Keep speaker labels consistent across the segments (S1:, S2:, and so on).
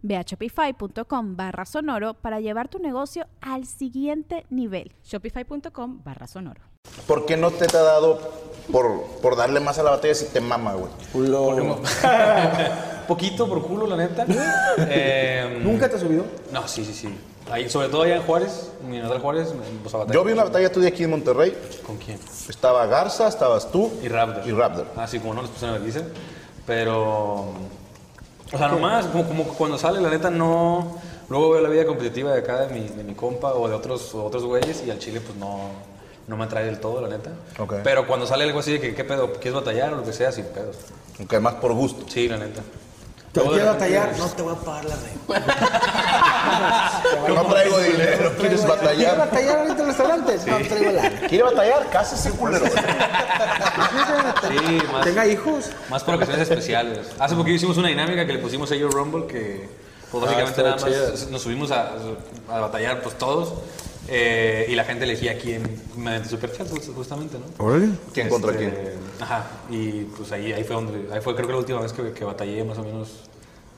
S1: Ve a shopify.com barra sonoro para llevar tu negocio al siguiente nivel.
S2: Shopify.com barra sonoro.
S3: ¿Por qué no te, te ha dado por, por darle más a la batalla si te mama, güey?
S4: Culo.
S5: Poquito por culo, la neta. Em,
S4: ¿Nunca te subió?
S5: No, sí, sí, sí. Ahí, sobre todo allá en Juárez, en Mineral Juárez, me empezó a batallar.
S3: Yo vi una batalla tuya aquí en Monterrey.
S5: ¿Con quién?
S3: Estaba Garza, estabas tú.
S5: Y Raptor.
S3: Y Raptor.
S5: Ah, sí, como no, les puse una vergüenza. Pero. O sea, nomás, como, como cuando sale, la neta no. Luego veo la vida competitiva de acá, de mi, de mi compa o de otros, o otros güeyes, y al chile, pues no. No me atrae del todo, la neta.
S3: Ok.
S5: Pero cuando sale algo así de que, ¿qué pedo? ¿Quieres batallar o lo que sea? Sin pedos.
S3: Aunque más por gusto.
S5: Sí, la neta.
S4: ¿Te
S5: Luego de
S4: quieres
S5: repente-
S4: batallar? No te voy a pagar la renta.
S3: No traigo dinero, ¿quieres
S4: ¿Quieres
S3: batallar?
S4: batallar ahorita en el restaurante? No traigo la renta.
S3: ¿Quieres batallar? Cásese, culero.
S5: Sí, más.
S4: ¿Tenga hijos?
S5: Más por ocasiones especiales. Hace poquito hicimos una dinámica que le pusimos sello Rumble, que pues,
S4: Ah,
S5: básicamente
S4: estuvo
S5: nada más
S4: chido.
S5: nos subimos a, a batallar pues todos eh, y la gente elegía quién mediante Superchat pues, justamente, ¿no?
S3: ¿Quién contra
S5: Este,
S3: quién?
S5: Ajá, y pues ahí, ahí fue donde, ahí fue creo que la última vez que, que batallé más o menos,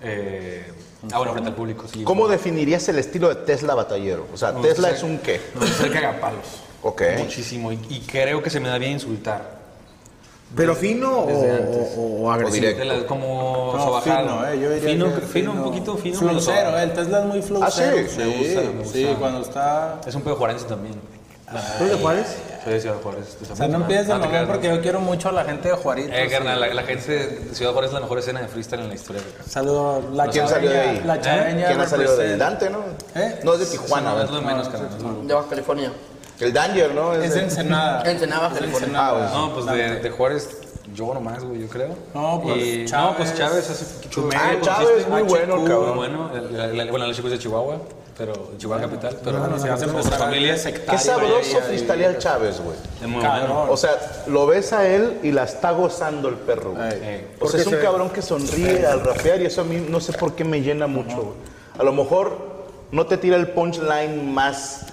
S5: eh, ah bueno, frente al público, sí.
S3: ¿Cómo definirías el estilo de Tesla batallero? O sea,
S5: No,
S3: Tesla
S5: sé-
S3: es un qué.
S5: No, es el cagapalos.
S3: Ok.
S5: Muchísimo, y, y creo que se me da bien insultar.
S4: ¿Pero fino o,
S5: desde
S4: o, o agresivo?
S3: directo.
S5: De la- como
S4: No,
S5: sobajado.
S4: fino, eh, yo diría
S5: fino,
S4: que eh,
S5: fino, un poquito fino. pero
S6: Fluxero,
S5: sobajado.
S6: el Tesla es muy fluxero.
S3: Ah, sí.
S6: Sí,
S5: Me gusta, me
S6: sí,
S5: gusta.
S6: cuando está...
S5: Es un pedo juarense también.
S4: ¿Tú eres de Juárez?
S5: Soy de Ciudad Juárez.
S6: O sea, no empieces a mamar porque yo quiero mucho a la gente de Juarito.
S5: Ah, Eh,
S6: sí.
S5: carnal, la, la gente de Ciudad Juárez es la mejor escena de freestyle en la historia. güey.
S6: Saludo. La
S3: ¿Quién
S6: chaveña-
S3: salió de ahí?
S6: La
S3: ¿Eh?
S6: chaveña
S3: ¿Quién ha salido de
S6: represent-
S3: Dante, no?
S6: ¿Eh?
S3: No, es de
S5: O sea,
S3: Tijuana,
S5: no, es lo
S3: ¿verdad?
S5: de menos, carnal.
S7: De Baja California.
S3: El Danger, ¿no?
S6: Es
S3: de-
S6: Ensenada.
S7: Ensenada,
S6: Es
S7: California.
S3: Ah, güey.
S6: Ensenada.
S5: No, pues de, de Juárez, yo nomás, güey, yo creo.
S6: No, pues,
S5: Y- No,
S6: Chávez.
S5: pues Chávez hace poquito.
S3: Ah, Chávez,
S5: pusiste-
S3: muy
S5: ah,
S3: bueno,
S5: Chico,
S3: cabrón.
S5: muy Bueno, El- el- el- bueno, el chico es de Chihuahua, pero de Chihuahua capital, pero
S6: Bueno, se hace
S5: nuestra
S6: pasar
S5: familia es
S6: sectario,
S3: Qué sabroso
S6: güey, ahí,
S3: freestylear Chávez, güey.
S5: es muy bueno.
S6: Cabrón.
S3: O sea, lo ves a él y la está gozando el perro, güey. O sea, es un cabrón que sonríe al rapear y eso a mí no sé por qué me llena mucho, güey. A lo mejor no te tira el punchline más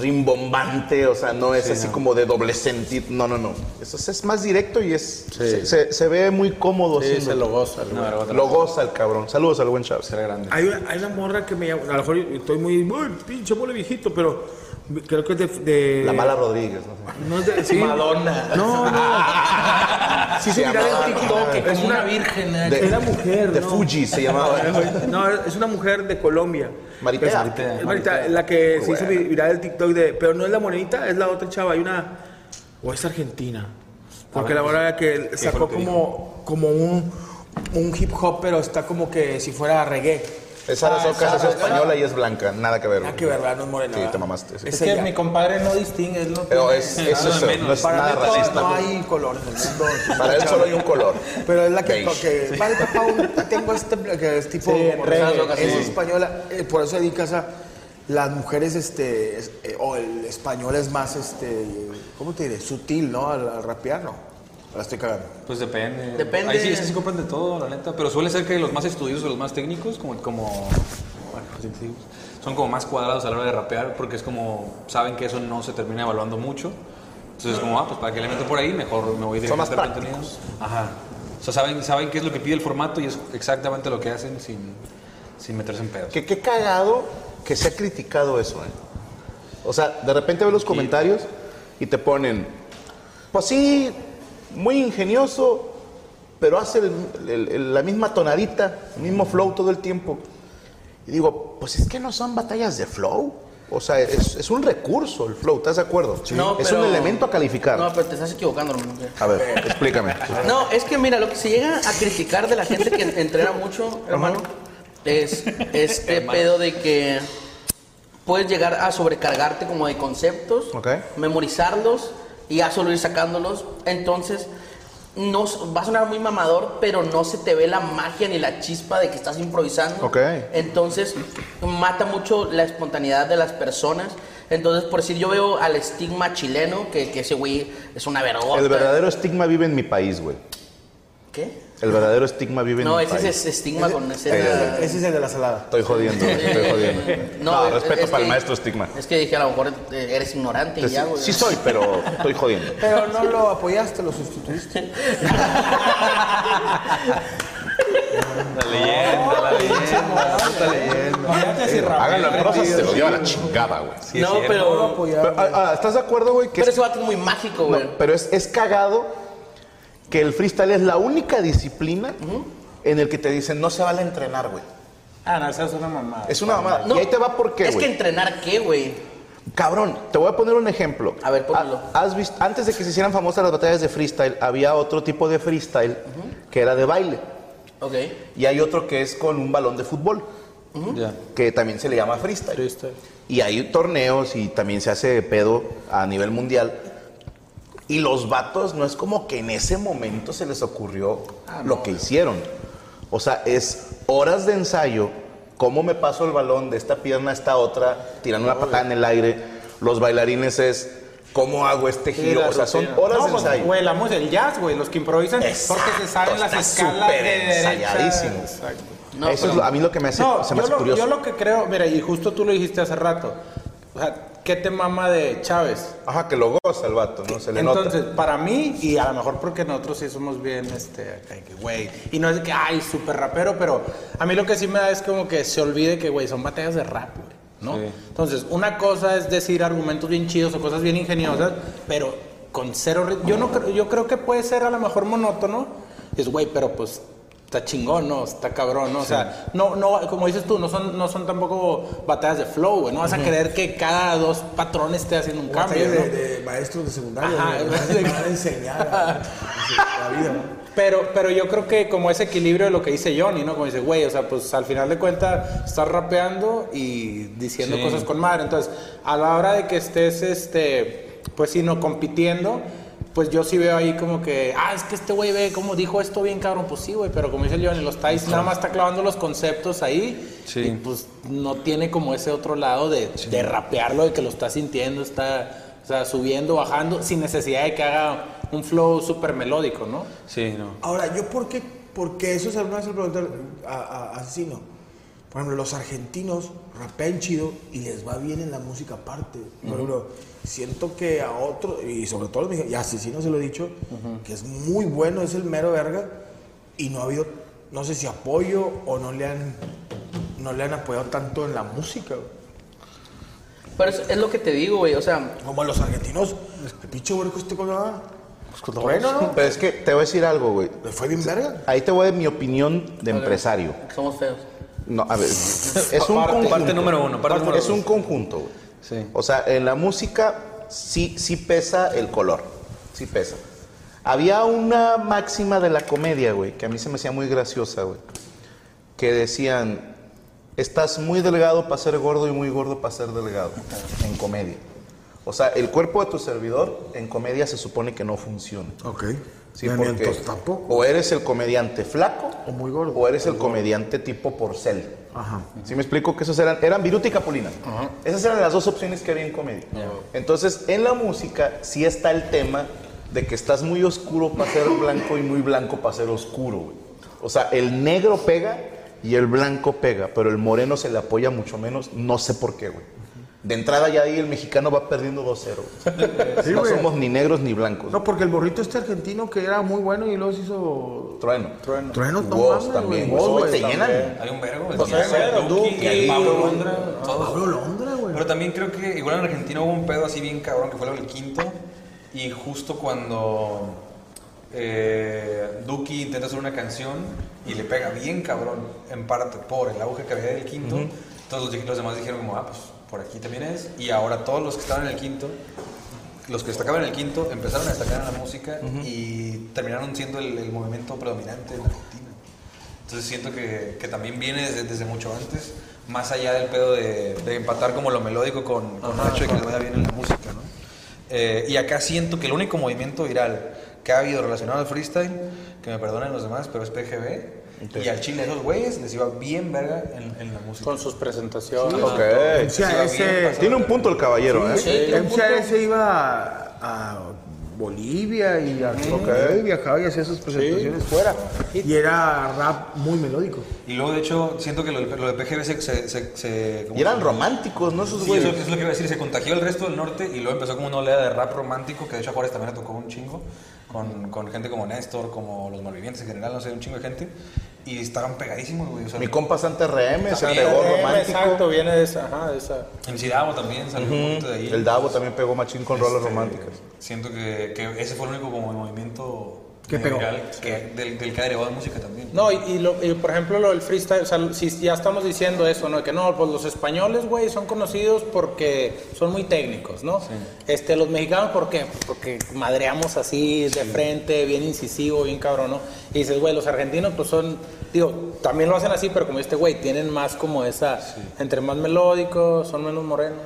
S3: rimbombante, o sea, no es así como de doble sentido. No, no, no. Eso es- es más directo y es se, se- se ve muy cómodo
S6: Sí, se
S3: haciéndolo.
S6: lo goza. el güey.
S3: Lo goza el cabrón. Saludos al buen Chávez.
S4: Hay una, hay una morra que me llama, a lo mejor estoy muy, muy pinche mole viejito, pero creo que es de... de-
S3: La mala Rodríguez, ¿no?
S4: No es de... sí.
S6: Madonna.
S4: No,
S3: Ah,
S4: no. Sí,
S3: Se
S4: se viral
S3: llamaba,
S4: en
S3: ¿no?
S4: TikTok.
S6: Que
S4: Es
S6: como una
S4: una...
S6: virgen. eh.
S3: De-
S4: Era mujer,
S3: De
S4: ¿no?
S3: Fuji se llamaba.
S4: No, es una mujer de Colombia.
S3: Maritea.
S4: Es Marita, la que se hizo vi- viral el TikTok de. Pero no es la monedita, es la otra chava. Hay una. O es argentina. Porque la verdad que sacó como, como un, un hip hop, pero está como que si fuera reggae.
S3: Esa Sara
S6: Ah,
S3: Socas es
S6: Sara,
S3: española y es blanca. Nada que ver.
S4: Nada
S3: güey.
S4: que ver, ¿verdad? No es morena.
S3: Sí,
S4: ¿verdad?
S3: te mamaste. sí.
S4: Es-
S6: Es que
S4: ella.
S6: mi compadre no distingue. Él no
S3: Pero
S6: tiene-
S3: es, es
S5: nada
S3: eso,
S5: menos.
S3: no es
S4: Para
S3: nada
S4: mí todo-
S3: racista.
S4: no
S3: güey.
S4: hay color en el mundo.
S3: Para él solo hay un color.
S4: Pero es la que,
S3: Beige.
S4: que vale papá, un- tengo este bla- que es tipo
S6: Sí,
S4: como-
S6: reggae,
S4: es
S6: sí.
S4: española, eh, por eso en casa las mujeres este es- eh, o el español es más este ¿cómo te diré? sutil, ¿no? Al, al rapear, ¿no? La estoy cagando.
S5: Pues depende.
S7: Depende.
S5: Ahí sí, es que sí compran de todo, la neta. Pero suele ser que los más estudiosos o los más técnicos, como. como bueno, pues, sí, sí, son como más cuadrados a la hora de rapear, porque es como. Saben que eso no se termina evaluando mucho. Entonces, es como, ah, pues para qué le meto por ahí, mejor me voy
S3: Son más
S5: directamente al contenido. Ajá. O sea, saben, saben qué es lo que pide el formato y es exactamente lo que hacen sin, sin meterse en pedos.
S3: Que qué cagado que se ha criticado eso, eh. O sea, de repente veo los comentarios y te ponen, pues sí, muy ingenioso, pero hace el- el- el- la misma tonadita, el mismo flow todo el tiempo. Y digo, pues es que no son batallas de flow. O sea, es, es un recurso el flow, ¿estás de acuerdo?
S7: No,
S3: es
S7: pero-
S3: un elemento a calificar.
S7: No, pero te estás equivocando, Ramón.
S3: A ver, explícame.
S7: No, es que mira, lo que se llega a criticar de la gente que entrena mucho, hermano, es este pedo de que puedes llegar a sobrecargarte como de conceptos,
S3: Ok.
S7: memorizarlos y ya solo ir sacándolos. Entonces, no, s- va a sonar muy mamador, pero no se te ve la magia ni la chispa de que estás improvisando.
S3: Ok.
S7: Entonces, mata mucho la espontaneidad de las personas. Entonces, por decir, yo veo al estigma chileno, que, que ese güey es una vergüenza.
S3: El verdadero estigma vive en mi país, güey.
S7: ¿Qué?
S3: El verdadero estigma vive en
S7: No,
S3: mi
S7: ese
S3: país.
S7: es estigma con
S3: Ahí,
S7: escena.
S3: ahí,
S6: Ese es el de la salada.
S3: Estoy jodiendo, güey, estoy jodiendo. No,
S7: güey,
S3: respeto
S7: es
S3: para el
S7: que-
S3: maestro estigma.
S7: Es que dije, a lo mejor eh, eres ignorante y ya, güey.
S3: Sí soy, pero estoy jodiendo.
S6: Pero no lo apoyaste, lo sustituiste.
S5: La leyenda, la leyenda, la leyenda.
S6: Fíjate si Rafael
S3: Háganlo en rosas,
S6: Rentería-
S3: se lo lleva la chingada, güey.
S5: Sí, es
S7: No,
S5: cierto.
S6: No lo
S7: pero,
S6: apoyaste.
S3: Pero, ah, ah, ¿Estás de acuerdo, güey? que
S7: pero
S3: es-
S7: ese vato es muy mágico,
S3: No,
S7: güey.
S3: pero es, es cagado que el freestyle es la única disciplina en el que te dicen no se vale entrenar, güey.
S6: Ah, no, esa es una mamada.
S3: Es una mamada. y ahí te va por qué,
S7: Es que
S3: güey.
S7: entrenar qué, güey.
S3: Cabrón, te voy a poner un ejemplo.
S7: A ver, pónmelo.
S3: Ha- ¿Has visto, antes de que se hicieran famosas las batallas de freestyle, había otro tipo de freestyle que era de baile.
S7: Ok.
S3: Y hay otro que es con un balón de fútbol,
S5: Ya.
S3: que también se le llama freestyle. Y hay torneos y también se hace de pedo a nivel mundial. Y los vatos no es como que en ese momento se les ocurrió
S6: Ah,
S3: lo que hicieron. O sea, es horas de ensayo, cómo me paso el balón de esta pierna a esta otra, tirando una patada en el aire. Los bailarines es cómo hago este giro. O sea, son horas
S6: No,
S3: de
S6: pues,
S3: ensayo.
S6: güey, la música, el jazz, güey, los que improvisan
S3: Exacto,
S6: porque se saben las
S3: está
S6: escalas de
S3: súper
S6: derecha.
S3: ensayadísimo.
S6: Exacto.
S7: No,
S3: Eso es
S7: pero-
S3: lo- a mí lo que me hace,
S6: No,
S3: se me
S6: yo,
S3: hace
S6: lo,
S3: curioso.
S6: yo lo que creo, mira, y justo tú lo dijiste hace rato. O sea, ¿qué te mama de Chávez?
S3: Ajá, que lo goza el vato, ¿no? Se le nota.
S6: Entonces, para mí, y a lo mejor porque nosotros sí somos bien, este, acá de que, güey, y no es de que, ay, súper rapero, pero a mí lo que sí me da es como que se olvide que, güey, son batallas de rap, güey, ¿no? Entonces, una cosa es decir argumentos bien chidos o cosas bien ingeniosas, pero con cero rit- Yo, no, creo- yo creo que puede ser a lo mejor monótono, y es, güey, pero pues está chingón, ¿no? Está cabrón, ¿no? O sea, no, no, como dices tú, no son, no son tampoco batallas de flow, güey, no vas a creer que cada dos patrones esté haciendo un cambio,
S4: Cambio
S6: ¿no?
S4: de, de maestros de secundaria.
S6: Ajá, es
S4: güey, van
S6: de-
S4: a- van a enseñar a- a- la vida. ¿no?
S6: Pero, pero yo creo que como ese equilibrio de lo que dice Johnny, ¿no? Como dice, güey, o sea, pues al final de cuentas estás rapeando y diciendo
S5: Sí.
S6: cosas con madre. Entonces, a la hora de que estés, este, pues si no, compitiendo, pues yo sí veo ahí como que, ah, es que este güey ve cómo dijo esto bien cabrón. Pues sí, güey, pero como dice el Johnny, los estáis nada más está clavando los conceptos ahí.
S5: Sí.
S6: Y pues no tiene como ese otro lado de, de rapearlo, de que lo está sintiendo, está... O sea, subiendo, bajando, sin necesidad de que haga un flow súper melódico, ¿no?
S5: Sí, no.
S4: Ahora, yo por qué, porque eso se lo hace preguntar a, a- a Asesino. Por ejemplo, los argentinos rapean chido y les va bien en la música aparte. Por ejemplo, siento que a otro, y sobre todo a los mexicanos, y a Asesino se lo he dicho, que es muy bueno, es el mero verga, y no ha habido, no sé si apoyo o no le han, no le han apoyado tanto en la música. güey.
S7: Pero es, es lo que te digo, güey. O sea,
S4: Como a los argentinos, el pinche huerco este Pues con la...
S6: pues,
S4: Bueno, ¿no?
S3: Pero es que te voy a decir algo, güey.
S4: Le fue bien verga.
S3: Ahí te voy a dar mi opinión de empresario.
S7: somos feos.
S3: No, a ver. Es un
S5: Parte-
S3: conjunto.
S5: parte número uno, parte número
S3: es un
S5: dos.
S3: conjunto, güey.
S5: Sí.
S3: O sea, en la música sí, sí pesa el color. Sí pesa. Había una máxima de la comedia, güey, que a mí se me hacía muy graciosa, güey. Que decían, estás muy delgado para ser gordo y muy gordo para ser delgado. En comedia. O sea, el cuerpo de tu servidor en comedia se supone que no funciona.
S4: Ok.
S3: Sí, porque O eres el comediante flaco o muy gordo. O eres el comediante tipo porcel.
S4: Ajá.
S3: ¿Sí me explico que esos eran eran Viruta y Capulina? Esas eran las dos opciones que había en comedia. Entonces, en la música sí está el tema de que estás muy oscuro para ser blanco y muy blanco para ser oscuro, güey. O sea, el negro pega y el blanco pega, pero el moreno se le apoya mucho menos, no sé por qué, güey. De entrada ya ahí el mexicano va perdiendo 2-0. güey.
S4: Sí,
S3: no
S4: güey.
S3: somos ni negros ni blancos.
S4: No, porque el borrito este argentino que era muy bueno y luego se hizo.
S3: Trueno.
S4: Trueno. Trueno, no
S3: Woz
S4: mames,
S3: también.
S4: güey.
S3: Woz,
S4: Woz,
S3: güey, te
S4: también.
S3: llenan.
S5: Hay un vergo.
S6: Pues hay un vergo, Duki,
S5: el Pablo
S6: Pablo
S5: Londra. todos.
S4: Pablo Londra, güey.
S5: Pero también creo que igual en Argentina hubo un pedo así bien cabrón que fue lo del quinto. Y justo cuando eh, Duki intenta hacer una canción y le pega bien cabrón, en parte por el auge que había del quinto, todos los, di- los demás dijeron como, ah, pues por aquí también es. Y ahora todos los que estaban en el quinto, los que destacaban en el quinto, empezaron a destacar en la música y terminaron siendo el, el movimiento predominante en Argentina. Entonces siento que, que también viene desde, desde mucho antes, más allá del pedo de, de empatar como lo melódico con, con Nacho y que les vaya bien en la música, ¿no? Eh, y acá siento que el único movimiento viral que ha habido relacionado al freestyle, que me perdonen los demás, pero es PGB. Y al chile, esos güeyes les iba bien verga en, en la música.
S6: Con sus presentaciones.
S3: Ok.
S5: Sí, va bien pasado.
S3: Tiene un punto el caballero, ¿eh?
S7: Sí, tiene un punto.
S4: MCAS iba a, a Bolivia y a y viajaba y hacía sus presentaciones fuera. Y era rap muy melódico.
S5: Y luego, de hecho, siento que lo, de- lo de PGB se... se, se- se- ¿cómo
S3: Y eran
S5: se-
S3: románticos, ¿no? Esos
S5: Sí, eso
S3: güeyes.
S5: es lo que iba a decir, se contagió el resto del norte y luego empezó como una oleada de rap romántico, que de hecho a Juárez también le tocó un chingo, con, con gente como Néstor, como los malvivientes en general, no sé, un chingo de gente, y estaban pegadísimos, güey. O sea,
S3: Mi compa Santa RM se
S5: También,
S3: pegó
S5: eh,
S3: romántico.
S6: Exacto, viene de esa, ajá, de esa.
S5: en Sidabo también salió un poquito de ahí.
S3: El Davo también pegó machín con rolas
S5: Este,
S3: románticas.
S5: Siento que, que ese fue el único como movimiento
S4: Que
S5: medio
S4: pegó.
S5: viral que- del, del que ha derivado música también.
S6: No, y, y lo- y, por ejemplo lo del freestyle, o sea, si ya estamos diciendo eso, ¿no? Que no, pues los españoles, güey, son conocidos porque son muy técnicos, ¿no? Este, los mexicanos, ¿por qué? Porque madreamos así de frente, bien incisivo, bien cabrón, ¿no? Y dices, güey, los argentinos, pues son, digo, también lo hacen así, pero como este güey, tienen más como esa, entre más melódicos, son menos morenos.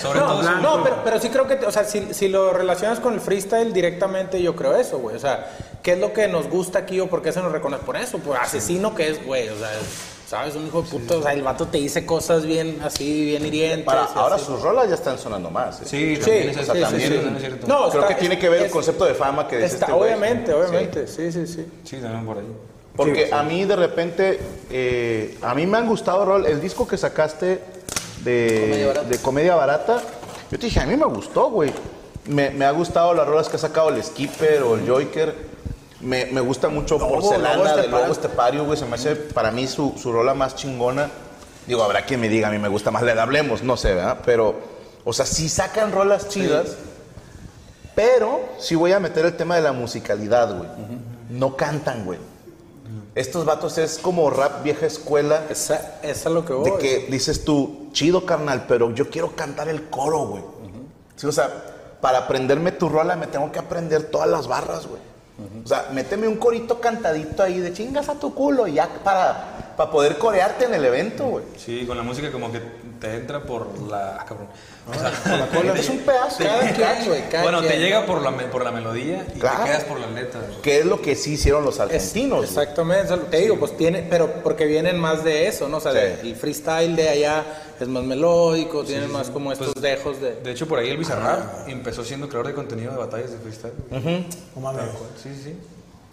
S5: Sobre
S6: no,
S5: todo
S6: no,
S5: son-
S6: no, pero, pero sí creo que, te- o sea, si, si lo relacionas con el freestyle directamente, yo creo eso, güey. O sea, ¿qué es lo que nos gusta aquí o por qué se nos reconoce? Por eso, por asesino que es, güey. O sea, ¿sabes? Un hijo de puta. O sea, el vato te dice cosas bien así, bien hirientes.
S3: Para,
S6: y
S3: ahora
S6: así.
S3: sus rolas ya están sonando más. ¿eh?
S5: Sí,
S6: Sí,
S5: también es-
S6: o
S5: es
S6: sea, sí,
S5: también
S6: sí.
S5: también es cierto.
S6: No,
S3: Creo
S6: está-
S3: que tiene que ver
S6: es-
S3: el concepto de fama que dice
S6: Está,
S3: este güey.
S6: obviamente,
S3: Sí.
S6: obviamente. Sí, sí, sí.
S5: Sí, también por ahí.
S3: Porque a mí de repente, eh, a mí me han gustado, Rol, el disco que sacaste de
S7: Comedia
S3: Comedia
S7: Barata.
S3: Barata, de comedia barata yo te dije, a mí me gustó, güey. Me, me ha gustado las rolas que ha sacado el Skipper o el Joker. Me, me gusta mucho Porcelana
S6: Lobo
S3: de
S6: Estepario.
S3: Lobo Estepario, güey. Se me hace para mí su, su rola más chingona. Digo, habrá quien me diga, a mí me gusta más la de Hablemos, no sé, ¿verdad? Pero, o sea, sí sacan rolas chidas. Pero sí voy a meter el tema de la musicalidad, güey. No cantan, güey. Estos vatos es como rap vieja escuela.
S6: Esa, esa es lo que voy.
S3: De que dices tú, chido carnal, pero yo quiero cantar el coro, güey. Sí, o sea, para aprenderme tu rola me tengo que aprender todas las barras, güey. O sea, méteme un corito cantadito ahí de chingas a tu culo ya para, para poder corearte en el evento, güey.
S5: Sí, con la música como que te entra por la... ah, cabrón. O sea,
S3: Es un pedazo.
S6: Cada quien, güey, cada
S5: bueno, te
S6: quien.
S5: llega por la, me- por la melodía y
S3: Claro.
S5: te quedas por la letra. güey.
S3: Que es lo que sí hicieron los
S6: Es-
S3: argentinos. güey.
S6: Exactamente, eso te digo, pues tiene, pero porque vienen más de eso, ¿no? O sea,
S3: Sí.
S6: de- el freestyle de allá es más melódico, tienen más como
S3: Pues
S6: estos dejos de.
S5: De hecho, por ahí el Bizarrap empezó siendo creador de contenido de batallas de freestyle. güey.
S4: No mames.
S5: Sí, sí, sí.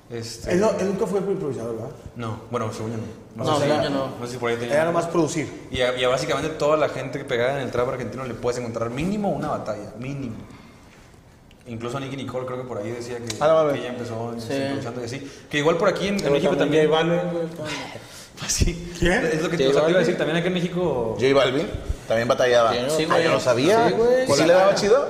S5: Este,
S4: Él, no- él nunca fue improvisador, ¿verdad?
S5: No, bueno, según yo no. No,
S7: No,
S5: sé,
S7: según
S5: si,
S7: yo no.
S5: sé si por ahí tenía.
S4: Era nomás producir.
S5: Y a, y a básicamente toda la gente que pegada en el trap argentino le puedes encontrar mínimo una batalla, mínimo. Incluso Nicky Nicole creo que por ahí decía que,
S3: Ah, no, mames.
S5: que ella empezó
S7: Sí.
S5: improvisando y así. Que igual por aquí en, en
S6: Pero
S5: México
S6: también J
S5: también... Ah,
S6: Balvin, güey, todo.
S5: Sí. Es lo que te,
S6: J
S5: o sea, te iba
S6: Balvin.
S5: a decir, también aquí en México...
S3: J Balvin también batallaba.
S7: Sí,
S3: Ah,
S7: güey.
S3: yo no sabía.
S6: Sí, güey.
S3: ¿Y si le daba chido?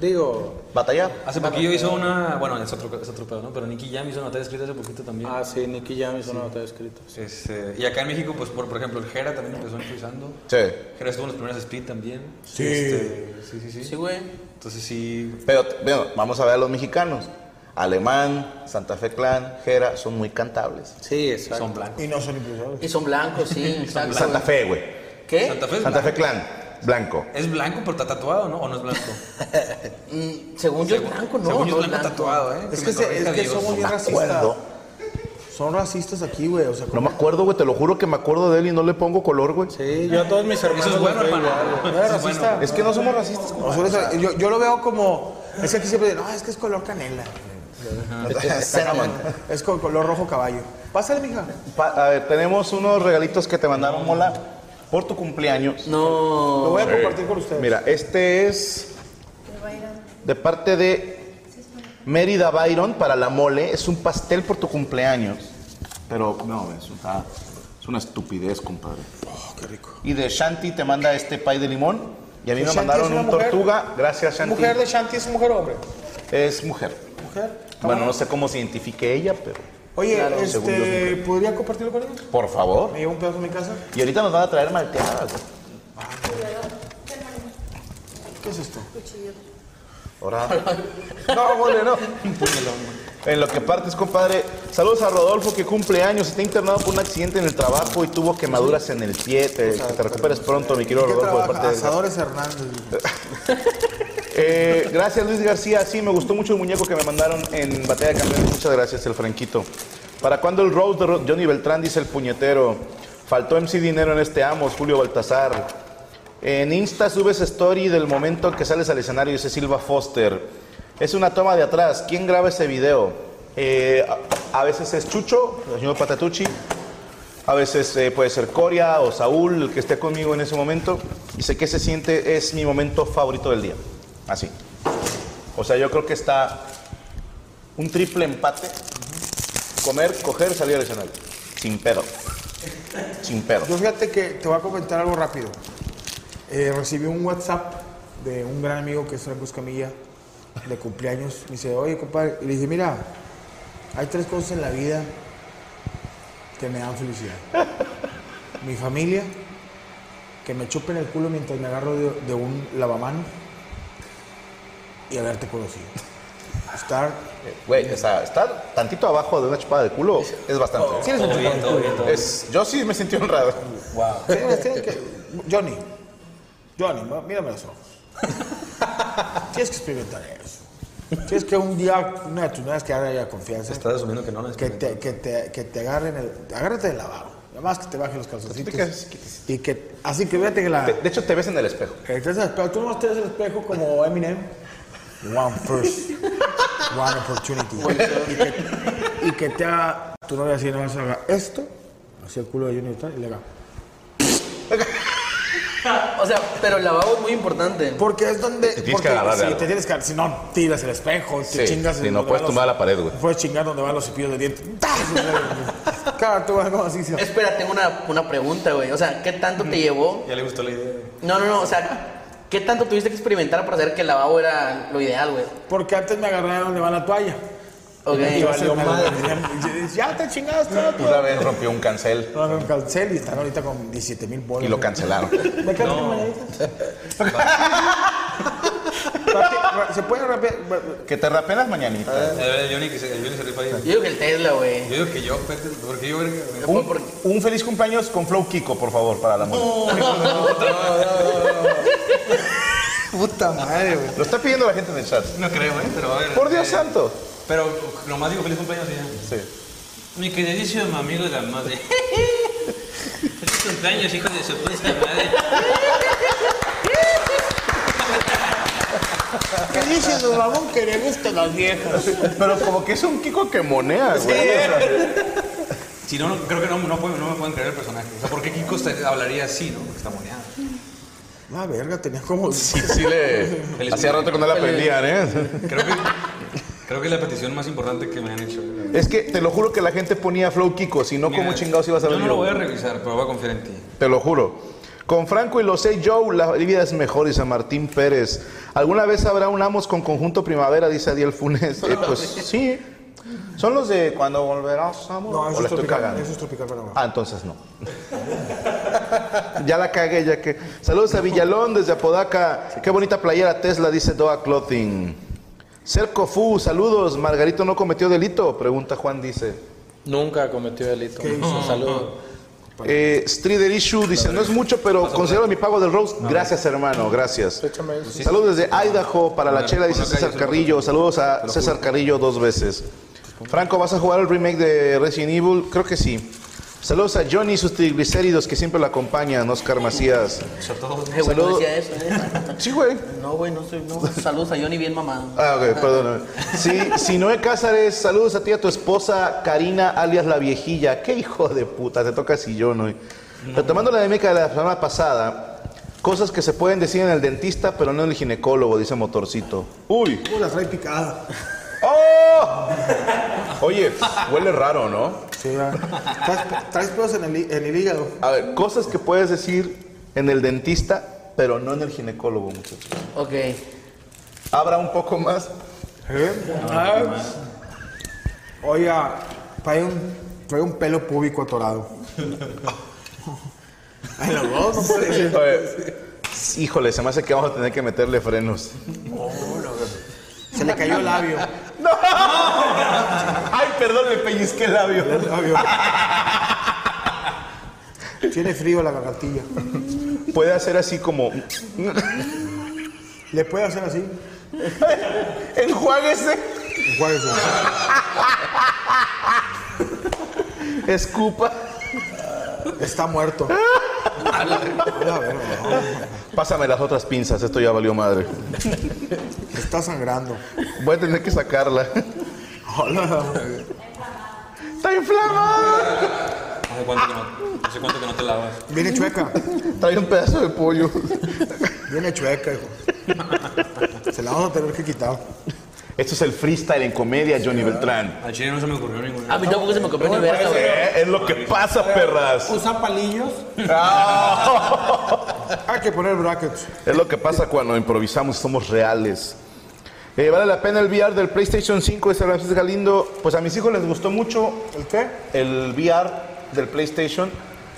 S6: Digo,
S3: Batallar.
S5: Hace poquillo hizo una... Bueno, es otro, es otro pedo, ¿no? Pero Nicky Jam hizo una batalla escrita hace poquito también.
S6: ah, sí, Nicky Jam hizo una batalla escrita.
S5: Este, y acá en México, pues por, por ejemplo, el Jera también empezó improvisando.
S3: Sí.
S5: Jera estuvo en los primeros Speed también.
S4: Sí.
S5: Este, sí, sí, sí.
S7: Sí, güey.
S5: Entonces sí...
S3: Pero bueno, vamos a ver a los mexicanos. Alemán, Santa Fe Clan, Jera, son muy cantables.
S6: Sí, exacto.
S5: Son blancos.
S4: Y no son improvisadores.
S7: Y son blancos, sí, exacto.
S3: Santa
S7: güey.
S3: Fe, güey.
S7: ¿Qué?
S5: Santa Fe es
S3: Santa
S5: blanco.
S3: Fe Clan, blanco.
S5: Es blanco, pero está tatuado, ¿no? ¿O no es blanco?
S7: Mm, según yo es blanco, ¿no?
S5: Según
S7: no
S5: yo es blanco tatuado, ¿eh?
S4: Es
S5: me
S4: que, se-
S5: corrija
S4: es que
S5: Dios.
S4: somos bien
S3: Me
S4: racistas.
S3: acuerdo.
S4: Son racistas aquí, güey. O sea,
S3: No me acuerdo, güey. Te lo juro que me acuerdo de él y no le pongo color, güey.
S6: Sí, yo a todos mis hermanos.
S5: Eso es bueno,
S6: los veo
S5: hermano.
S6: igual, güey.
S4: ¿No era
S5: Eso es bueno.
S4: racista?
S3: Es que no somos racistas. compa.
S4: Nosotros- yo, yo lo veo como. Es que aquí siempre dicen, no, es que es color canela.
S3: Cero, man.
S4: Es con color rojo caballo. Pásale, mija.
S3: Pa- a ver, tenemos unos regalitos que te mandaron, Mola, por tu cumpleaños.
S4: Lo
S7: No.
S4: voy a compartir con ustedes.
S3: Mira, este es de parte de Mérida Byron para la mole. Es un pastel por tu cumpleaños. Pero no, eso está- es una estupidez, compadre.
S4: Oh,
S3: Y de Shanti te manda este pay de limón. Y a mí
S4: ¿Y
S3: me
S4: Shanti es
S3: mandaron
S4: una
S3: un
S4: mujer?
S3: tortuga. Gracias, Shanti.
S4: ¿Mujer de Shanti es mujer o hombre?
S3: Es mujer.
S4: Mujer.
S3: Bueno, no sé cómo se identifique ella, pero
S4: Oye,
S3: según yo es
S4: este,
S3: mujer.
S4: ¿podría compartirlo con ellos?
S3: por favor.
S4: Me llevo un pedazo a mi casa.
S3: Y ahorita nos van a traer malteadas. güey. ¿Qué es esto? Ahora. No, mole, no. En lo que partes, compadre. Saludos a Rodolfo que cumple años. Está internado por un accidente en el trabajo y tuvo quemaduras en el pie. Te, que te recuperes pronto, mi querido
S8: ¿Qué
S3: Rodolfo. de
S8: trabaja?
S3: parte de-
S8: Asadores Hernández.
S3: Eh, gracias Luis García, sí, me gustó mucho el muñeco que me mandaron en Batalla de Campeones. Muchas gracias, el Franquito. ¿Para cuándo el Rose de Ro- Johnny Beltrán dice el puñetero? Faltó MC Dinero en este Amos, Julio Baltasar. En Insta subes story del momento que sales al escenario, dice Silva Foster. Es una toma de atrás. ¿Quién graba ese video? Eh, a, a veces es Chucho, el señor Patatucci. A veces eh, puede ser Coria o Saúl, el que esté conmigo en ese momento. Y sé que se siente, es mi momento favorito del día. Así. O sea, yo creo que está un triple empate. Comer, coger, salir al escenario. Sin pedo. Sin pedo.
S8: Yo fíjate que te voy a comentar algo rápido. Eh, recibí un WhatsApp de un gran amigo que es Franco Escamilla, de cumpleaños. Me dice, oye, compadre. Y le dije, mira, hay tres cosas en la vida que me dan felicidad. Mi familia, que me chupen el culo mientras me agarro de, de un lavamano y haberte conocido. Estar...
S3: Güey, o sea, estar tantito abajo de una chupada de culo es bastante. Sí, es un
S5: Todo bien, todo bien, todo bien.
S3: Es- yo sí me sentí honrado.
S8: Sí, sí, que- Johnny, Johnny, ma- mírame los ojos. Tienes que experimentar eso. Tienes que un día, una de tus nuevas que haya confianza.
S5: Estás asumiendo que no la
S8: que te, que te, que te agarren el. Agárrate del lavado. Nada más que te bajen los calzoncitos. Y que. Así que fíjate que la.
S3: De, de hecho, te ves en el espejo.
S8: que te haces el espejo. Tú nomás te ves el espejo como Eminem. One first. One opportunity. y, que, y que te haga tu novia así, nada más haga esto. Así el culo de Junior y tal, y le haga.
S7: O sea, pero el lavabo es muy importante.
S8: Porque es donde. Te
S3: tienes que agarrar de
S8: Si
S3: algo.
S8: te tienes que Si no, tiras el espejo, te
S3: Sí,
S8: chingas.
S3: sí,
S8: en
S3: no
S8: donde
S3: puedes
S8: van los-
S3: tumbar la pared, güey.
S8: Puedes chingar donde van los cepillos de dientes. claro, tú vas como así. se-
S7: Espera, tengo una, una pregunta, güey. O sea, ¿qué tanto te llevó?
S5: Ya le gustó la idea.
S7: No, no, no, o sea, ¿qué tanto tuviste que experimentar para saber que el lavabo era lo ideal, güey?
S8: Porque antes me agarraron donde va la toalla. Y
S7: Ok.
S8: valió madre. Ya te chingaste.
S3: Una vez rompió un cancel
S8: No, no, cancel y están ahorita con 17 mil bolas.
S3: y lo cancelaron.
S8: ¿De qué no. Se puede rapear.
S3: Que te rapé las mañanitas.
S5: A ver, el Johnny que se, el Johnny se rifa ahí.
S7: Yo digo que el Tesla, güey.
S5: Yo digo que yo, vete, porque yo, verga, güey.
S3: Un, un feliz cumpleaños con Flow Kiko, por favor, para la mole.
S8: Puta madre, güey.
S3: Lo está pidiendo la gente en el chat.
S5: no creo, ¿eh? Pero a ver.
S3: Por Dios
S5: eh,
S3: santo.
S5: Pero nomás digo feliz cumpleaños y ya.
S3: Sí.
S9: Mi queridísimo amigo de la madre. Feliz cumpleaños, hijo de su puta madre.
S8: ¿Qué dices, don Ramón? Que le gustan las viejas.
S3: Pero como que es un Kiko que monea, güey. O sea,
S5: Si no, no- creo que no, no, pueden- no me pueden creer el personaje. O sea, ¿por qué Kiko está- hablaría así, no? Porque está moneado.
S8: La Ah, verga, tenía como.
S3: sí, sí le. Hacía rato que no la aprendían, ¿eh?
S5: Creo que, creo que es la petición más importante que me han hecho.
S3: Es que te lo juro que la gente ponía Flow Kiko, si no, ¿cómo
S5: Mira,
S3: chingados ibas a
S5: Yo
S3: ver
S5: no lo voy a revisar, pero voy a confiar en ti.
S3: Te lo juro. Con Franco y lo sé Joe, la vida es mejor, dice Martín Pérez. ¿Alguna vez habrá un Amos con conjunto primavera? Dice Adiel Funes. Eh, pues sí. Son los de cuando volverás, Amos.
S8: No,
S3: o la
S8: eso es
S3: estoy
S8: tropical.
S3: cagando?
S8: Eso es tropical, pero no.
S3: Ah, entonces no. ya la cagué, ya que. Saludos a Villalón desde Apodaca. Qué bonita playera Tesla, dice Doa Clothing. Cerco Fu, saludos. Margarito no cometió delito, pregunta Juan, dice.
S6: Nunca cometió delito. Saludos.
S3: Eh, Streeter Issue dice, no es mucho, pero considero mi pago del roast. Gracias, hermano, gracias. Saludos desde Idaho para la chela, dice
S5: ponlo acá,
S3: César
S5: yo se lo
S3: Carrillo. Saludos a César Carrillo dos veces. Franco, ¿vas a jugar el remake de Resident Evil? Creo que sí. Saludos a Johnny y sus triglicéridos que siempre lo acompañan, Oscar Macías.
S7: Eh, güey, no
S3: Pues, Saludos.
S7: decía eso, eh.
S3: Sí, güey.
S7: No, güey, no soy. No. Saludos a Johnny bien mamado.
S3: Ah, ok, perdóname. Sí, Sinoé Cázares, saludos a ti y a tu esposa Karina, alias la viejilla. Qué hijo de puta, te toca sillón hoy. Retomando la dinámica de la semana pasada, cosas que se pueden decir en el dentista, pero no en el ginecólogo, dice Motorcito. ¡Uy!
S8: Uh, la trae picada.
S3: ¡Oh! Oye, huele raro, ¿no?
S8: Sí, ya. Traes, traes pedos en el, hí- en el hígado.
S3: A ver, cosas que puedes decir en el dentista, pero no en el ginecólogo, muchachos.
S7: Ok.
S3: Abra un poco más.
S8: Oiga, trae un, trae un pelo púbico atorado.
S3: A ver, Híjole, se me hace que vamos a tener que meterle frenos.
S8: Se le cayó el labio.
S3: Ay, perdón, me pellizqué el labio.
S8: El labio. Tiene frío la gargantilla.
S3: Puede hacer así como.
S8: ¿Le puede hacer así?
S3: Enjuáguese.
S8: Guárdese.
S3: Escupa.
S8: Está muerto. A la verga,
S3: Pásame las otras pinzas, esto ya valió madre.
S8: no. Está sangrando.
S3: Voy a tener que sacarla.
S8: Hola.
S3: ¡Está inflamada!
S5: Hace cuánto que no, hace cuánto que no te lavas.
S8: Viene chueca.
S3: Trae un pedazo de pollo.
S8: Viene chueca, hijo. Se la vamos a tener que quitar.
S3: Esto es el freestyle en comedia, Johnny Beltrán.
S5: Al chile no se me ocurrió ninguna.
S3: Ah,
S7: A mí Ah, pues, tampoco se me comió ni verga, güey.
S3: Eh, Es lo que pasa, perras.
S6: Usa palillos.
S8: Hay que poner brackets.
S3: Es lo que pasa cuando improvisamos, somos reales. Eh, ¿Vale la pena el VR del PlayStation 5 de San Francisco Galindo? Pues a mis hijos les gustó mucho
S8: ¿El qué?
S3: el VR del PlayStation.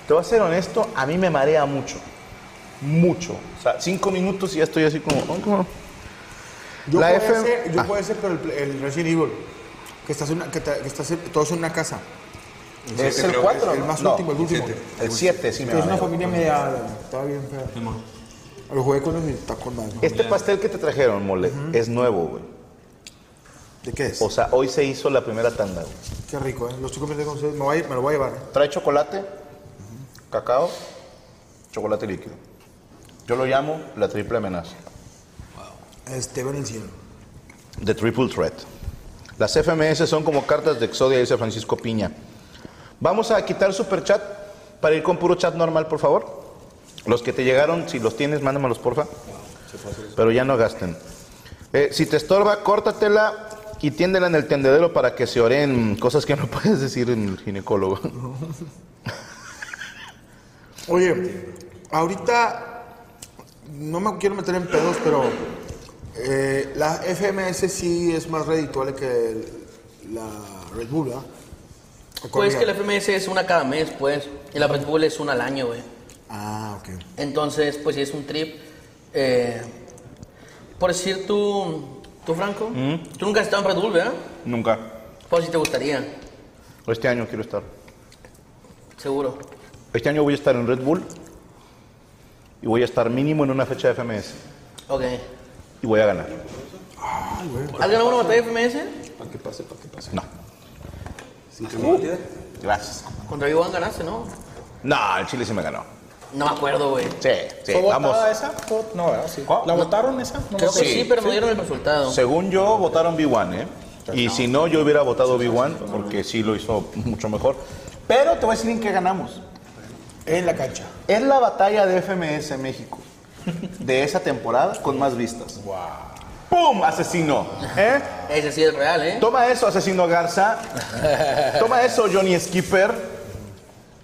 S3: Te voy a ser honesto, a mí me marea mucho. Mucho. O sea, cinco minutos y ya estoy así como... "Oh, ¿cómo?".
S8: Yo
S3: La
S8: puedo
S3: FM
S8: hacer, yo
S3: ah.
S8: puedo hacer, pero el, el Resident Evil. Que estás en una, que ta- que estás en- todos en una casa.
S3: Es el
S5: creo que
S3: 4.
S8: el más último, el último.
S3: El 7, sí me
S8: Que es una
S3: marea.
S8: familia media. Estaba bien fea. Lo jugué con ellos y está con madre.
S3: Este pastel que te trajeron, mole, es nuevo, güey.
S8: ¿De qué es?
S3: O sea, hoy se hizo la primera tanda, güey.
S8: Qué rico, ¿eh? Los chicos me con ustedes. Me, voy a- me lo voy a llevar. ¿eh?
S3: Trae chocolate, cacao, chocolate líquido. Yo lo llamo la triple amenaza.
S8: Este, ven el cielo.
S3: The Triple Threat. Las FMS son como cartas de Exodia, dice Francisco Piña. Vamos a quitar superchat para ir con puro chat normal, por favor. Los que te llegaron, si los tienes, mándamelos, porfa. Pero ya no gasten. Eh, si te estorba, córtatela y tiéndela en el tendedero para que se oren cosas que no puedes decir en el ginecólogo.
S8: Oye, ahorita no me quiero meter en pedos, pero eh, la FMS sí es más redituable que el- la Red Bull, ¿verdad? ¿O cuál
S7: Pues
S8: era?
S7: que la FMS es una cada mes, pues. Y la Red Bull es una al año, güey.
S8: Ah, ok.
S7: Entonces, pues sí, es un trip. eh, por decir tú, tú Franco,
S3: Mm.
S7: tú nunca has estado en Red Bull, ¿verdad?
S3: Nunca.
S7: Pues si te gustaría,
S3: Este año quiero estar.
S7: seguro.
S3: Este año voy a estar en Red Bull y voy a estar mínimo en una fecha de FMS
S7: Ok.
S3: y voy a ganar.
S7: ¿Has ganado una batalla de FMS?
S5: Para que pase, para que pase.
S3: No. Gracias.
S7: Contra Iván ganaste, ¿no?
S3: No, el Chile sí me ganó.
S7: No me acuerdo, güey.
S3: Sí, sí,
S6: ¿Fue votada
S3: vamos.
S6: esa? Fue- No, ¿verdad? Sí.
S3: ¿Cómo?
S6: ¿La votaron esa? No
S7: Creo que
S3: Sí,
S7: sí, pero no dieron el resultado.
S3: Según yo, votaron B1, ¿eh? Y si no, yo hubiera votado B1 porque sí lo hizo mucho mejor. Pero te voy a decir en qué ganamos.
S8: En la cancha.
S3: Es la batalla de FMS México de esa temporada con más vistas. ¡Pum! Asesino. ¿Eh?
S7: Ese sí es real, ¿eh?
S3: Toma eso, asesino Garza. Toma eso, Johnny Skipper.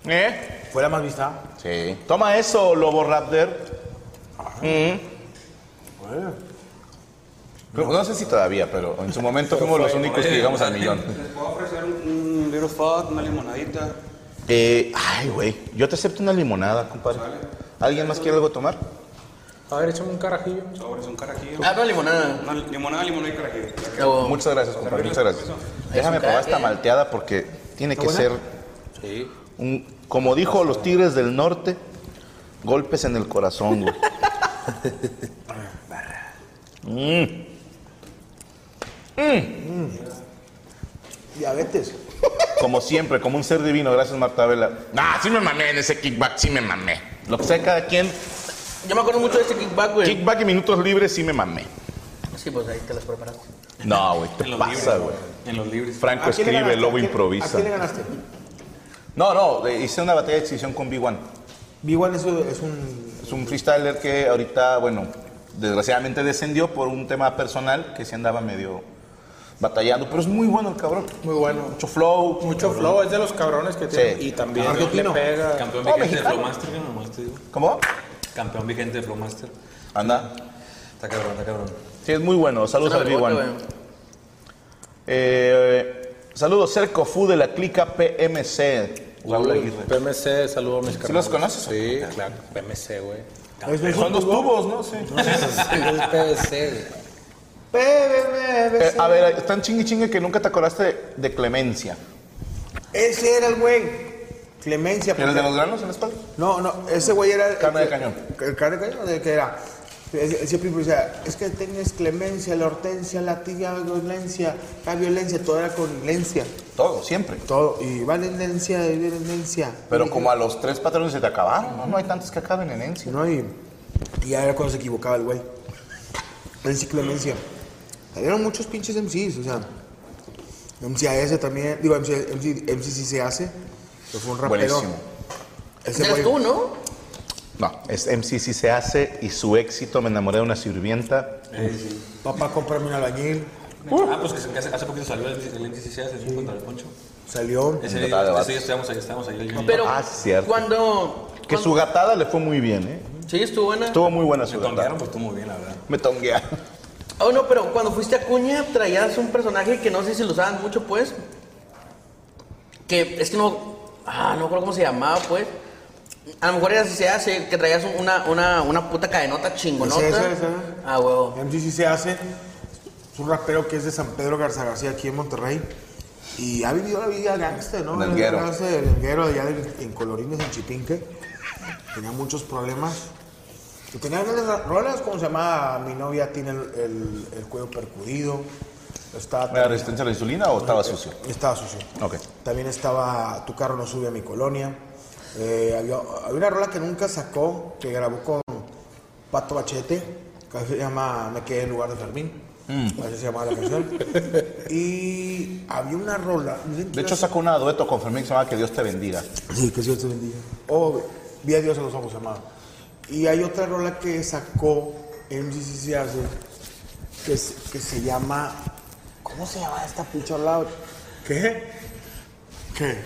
S3: ¿Eh?
S8: ¿Fue la más vista?
S3: Sí. Toma eso, Lobo Raptor. No sé si todavía, pero en su momento fuimos los únicos que llegamos al millón.
S9: ¿Les puedo ofrecer un, un little fuck, una limonadita?
S3: Eh, ay, güey. Yo te acepto una limonada, compadre. ¿Alguien más quiere algo tomar?
S6: A ver, échame un carajillo.
S9: Sobres, un carajillo.
S7: Ah, no, limonada.
S9: Una limonada, limonada y carajillo.
S7: Luego,
S3: Muchas gracias, compadre. Muchas gracias. Déjame
S7: un
S3: probar
S7: crack,
S3: esta
S7: eh.
S3: malteada porque tiene que ser. un- como dijo los Tigres del Norte, golpes en el corazón, güey. Mm.
S8: Diabetes.
S3: Como siempre, como un ser divino. Gracias, Marta Vela. Nah, sí me mamé en ese kickback, sí me mamé. Lo que sea cada quien,
S7: Yo me acuerdo mucho de este kickback, güey.
S3: kickback y minutos libres, sí me mamé.
S7: Sí, pues ahí te las preparaste.
S3: No, güey, te pasa, güey.
S5: En los libres.
S3: Franco
S8: ¿A quién le
S3: escribe,
S8: ganaste? ¿A
S3: Lobo
S8: quién- ¿A
S3: improvisa.
S8: quién le ganaste?
S3: No, no, eh, hice una batalla de exhibición con B1.
S8: B1 es, un- es un...
S3: Es un freestyler que ahorita, bueno, desgraciadamente descendió por un tema personal que se andaba medio batallando, pero es muy bueno el cabrón.
S6: Muy bueno.
S3: Mucho flow.
S6: Mucho flow, es de los cabrones que tiene.
S3: Sí.
S6: Y también
S8: Argentino.
S6: le pega.
S5: Campeón
S3: Oh,
S5: vigente de
S3: mexicano.
S5: Flowmaster, ¿no? Nomás te digo.
S3: ¿Cómo?
S5: Campeón vigente de Flowmaster.
S3: Anda.
S5: Está cabrón, está cabrón.
S3: Sí, es muy bueno. Saludos al
S7: Suena mejor,
S3: B1.
S7: güey.
S3: Eh, saludos, Cerco Fu de la clica PMC. Raúl Aguirre.
S6: PMC, saludo a mis
S3: los conoces?
S6: Sí, claro. PMC, güey.
S8: Es mejor
S3: Son dos
S8: tu voz.
S3: tubos, ¿no? Sí.
S6: Es PVC, güey.
S8: Bébeme,
S3: Eh,
S8: bébeme.
S3: a ver, están chingue chingue que nunca te acordaste de, de Clemencia.
S8: Ese era el güey. Clemencia.
S3: ¿El de
S8: porque-
S3: los granos en la espalda?
S8: No, no, ese güey era. el
S3: Carne de
S8: que-
S3: cañón.
S8: El carne de cañón, de que era. es- Siempre decía, es que tienes clemencia, la hortensia, la tibia, la violencia, la violencia, todo era con lencia.
S3: Todo, siempre.
S8: Todo, y valencia, y violencia.
S3: Pero como a los tres patrones se te acabaron, ¿no? No hay tantos que acaben en Encia.
S8: ¿no? Y, y ya era cuando se equivocaba el güey. El ciclomencia. Salieron muchos pinches MCs, o sea. MCAS también, digo, MC, MC, sí se hace, pero fue un rapero.
S3: Buenísimo.
S8: Ese
S7: Eres
S8: güey-
S7: tú, ¿no?
S3: No, es MC si se hace y su éxito, me enamoré de una sirvienta.
S8: Papá, cómprame un albañil.
S5: Eh, Ah, pues que se- que hace, hace poquito salió el, el NCC, hace un contra el Poncho.
S8: Salió.
S5: Ese
S3: Un
S5: día,
S3: debate.
S5: ese día estábamos ahí, estábamos ahí. el-
S7: Pero
S3: Ah, cierto.
S7: cuando...
S3: Que su gatada le fue muy bien, ¿eh?
S7: Sí, estuvo buena.
S3: Estuvo muy buena
S5: Me
S3: su gatada.
S5: tontearon, pues estuvo muy bien, la verdad.
S3: Me tonguearon.
S7: Oh, no, pero cuando fuiste a Cuña traías un personaje que no sé si lo usaban mucho, pues. Que es que no. Ah, no recuerdo cómo se llamaba, pues. A lo mejor era así se hace, que traías una, una, una puta cadenota chingonota.
S8: Ese, ese, ese.
S7: Ah, huevo.
S8: MC sí se hace. Es un rapero que es de San Pedro Garza García, aquí en Monterrey. Y ha vivido la vida gangster, ¿no?
S3: Lenguero.
S8: El lenguero allá en, en Colorines, en Chipinque. Tenía muchos problemas. Y tenía grandes rolas, como se llama Mi novia tiene el, el- el cuello percudido. Estaba,
S3: ¿Era resistencia a la insulina o estaba sucio?
S8: Estaba sucio.
S3: Ok.
S8: También estaba Tu carro no sube a mi colonia. Eh, había, había una rola que nunca sacó, que grabó con Pato Bachete, que se llama Me quedé en lugar de Fermín.
S3: Mm.
S8: Así se llamaba la canción. y había una rola.
S3: De hecho, sacó una dueto con Fermín que se llama Que Dios te bendiga.
S8: Sí, que Dios te bendiga. Oh, vi a Dios en los ojos, amado. Y hay otra rola que sacó MCC hace, que, se- que se llama. ¿Cómo se llama esta pinche rola? ¿Qué? ¿Qué?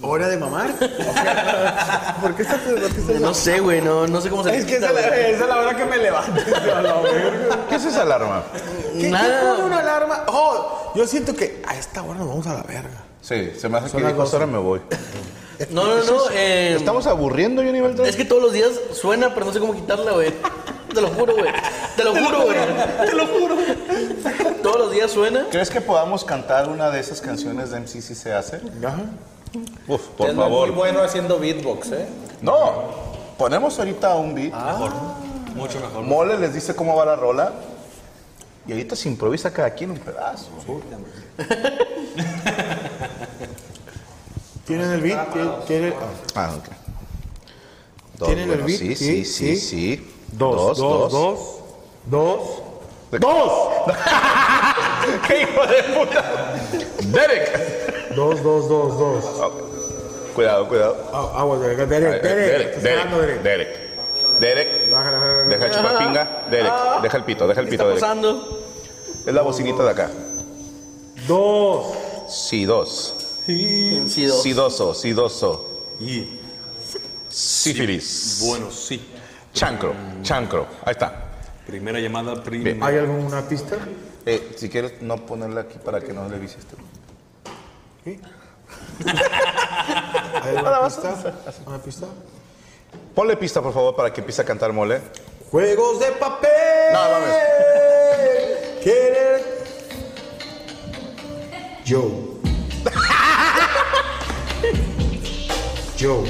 S8: ¿Hora de mamar? ¿Por qué está ¿por qué está-
S7: No sé, güey, no, no sé cómo se
S8: Es que esa
S7: quita,
S8: es la,
S7: güey.
S8: esa es la hora que me levanto. a la verga.
S3: ¿Qué es esa alarma?
S8: ¿Qué- ¿Qué
S7: Nada.
S8: pone una alarma? Oh, yo siento que a esta hora nos vamos a la verga.
S3: Sí, se me hace
S8: Son
S3: que
S8: las
S3: dijo,
S8: doce.
S3: ahora me voy.
S7: No, no, no. eh,
S3: Estamos aburriendo yo nivel 3.
S7: Es que todos los días suena, pero no sé cómo quitarla, güey. Te lo juro, güey. Te lo juro, güey. Te lo juro. Todos los días suena.
S3: ¿Crees que podamos cantar una de esas canciones de MC si se hace?
S8: Ajá.
S3: Uf, por
S6: es
S3: favor.
S6: muy bueno haciendo beatbox, ¿eh? Ah.
S3: No, ponemos ahorita un beat.
S5: Mucho mejor.
S3: Mole les dice cómo va la rola. Y ahorita se improvisa cada quien un pedazo.
S8: ¿Tienen el beat? ¿Tienen- ¿Tienen? ah.
S3: Ah, ok. Dos,
S8: ¿Tienen el
S3: bueno,
S8: beat?
S3: Sí, sí,
S8: Sí,
S3: sí, sí.
S8: sí.
S3: Dos, dos,
S8: dos, dos.
S3: ¡Dos! ¡Qué hijo de puta! ¡Derek!
S8: Dos, dos, dos, dos.
S3: Cuidado, cuidado.
S8: Ah, Aguas, Derek. Derek, Derek.
S3: Eh, Derek,
S8: Estás hablando,
S3: Derek,
S8: Derek.
S3: Derek. Derek,
S8: Bájala, bájala,
S3: deja
S8: bájala.
S3: el chupapinga. Derek, deja el pito, deja el
S7: Ah. ¿Qué está
S3: pito, Derek.
S7: pasando?
S3: Es la bocinita de acá.
S8: Dos.
S3: Sí, dos.
S7: Sí, dos.
S3: Sidoso, sidoso. Sífilis.
S5: Bueno, sí.
S3: Chancro, chancro. Ahí está.
S5: Primera llamada,
S3: Bien.
S5: primera.
S8: ¿Hay alguna pista?
S3: Eh, si quieres no ponerla aquí para que no le viste este.
S8: ¿Hay alguna pista? ¿Una pista?
S3: Ponle pista, por favor, para que empiece a cantar mole.
S8: Juegos de papel.
S3: No, mames.
S8: Querer. Yo. Yo.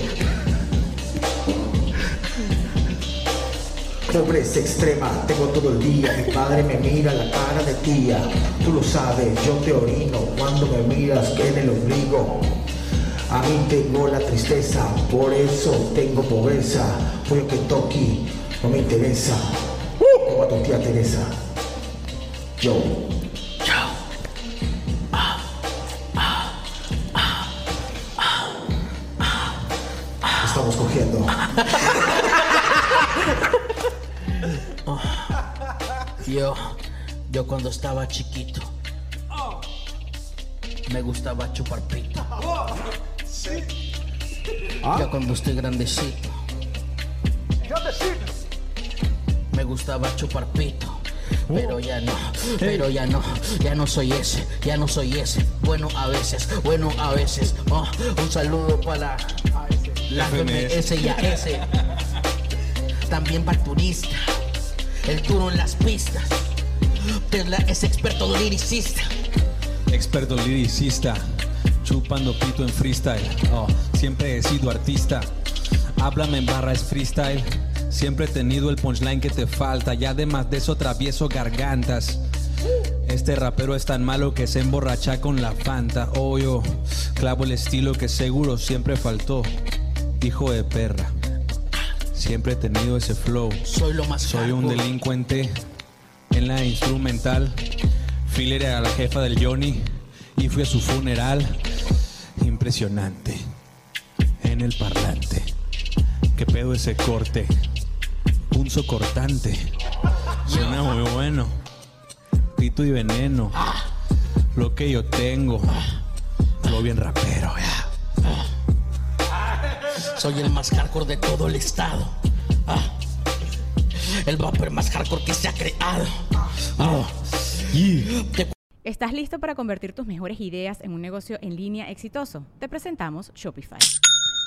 S10: Pobreza extrema, tengo todo el día, mi padre me mira la cara de tía, tú lo sabes, yo te orino cuando me miras en el ombligo. A mí tengo la tristeza, por eso tengo pobreza, voy a Kentucky, no me interesa, como a tu tía Teresa. Yo. Estamos cogiendo.
S7: Yo, yo cuando estaba chiquito, me gustaba chupar pito. Ya cuando estoy grandecito, me gustaba chupar pito. Pero ya no, pero ya no, ya no soy ese, ya no soy ese. Bueno a veces, bueno a veces. Oh, un saludo para la FMS y a ese. también para el turista. El turno en las pistas. Tesla es experto liricista.
S6: Experto liricista, chupando pito en freestyle. Oh, siempre he sido artista. Háblame en barra es freestyle. Siempre he tenido el punchline que te falta. Y además de eso travieso gargantas. Este rapero es tan malo que se emborracha con la fanta. Oh, yo clavo el estilo que seguro siempre faltó. Hijo de perra. Siempre he tenido ese flow.
S7: Soy lo más
S6: Soy un
S7: hardcore.
S6: delincuente en la instrumental. Filler a la jefa del Johnny y fui a su funeral. Impresionante. En el parlante. ¿Qué pedo ese corte? Punzo cortante. Suena muy bueno. Pito y veneno. Lo que yo tengo. Lo bien rapero, ya.
S7: Soy el más hardcore de todo el estado. Ah. El vapor más hardcore que se ha creado. Ah. Te
S2: ¿Estás listo para convertir tus mejores ideas en un negocio en línea exitoso? Te presentamos Shopify.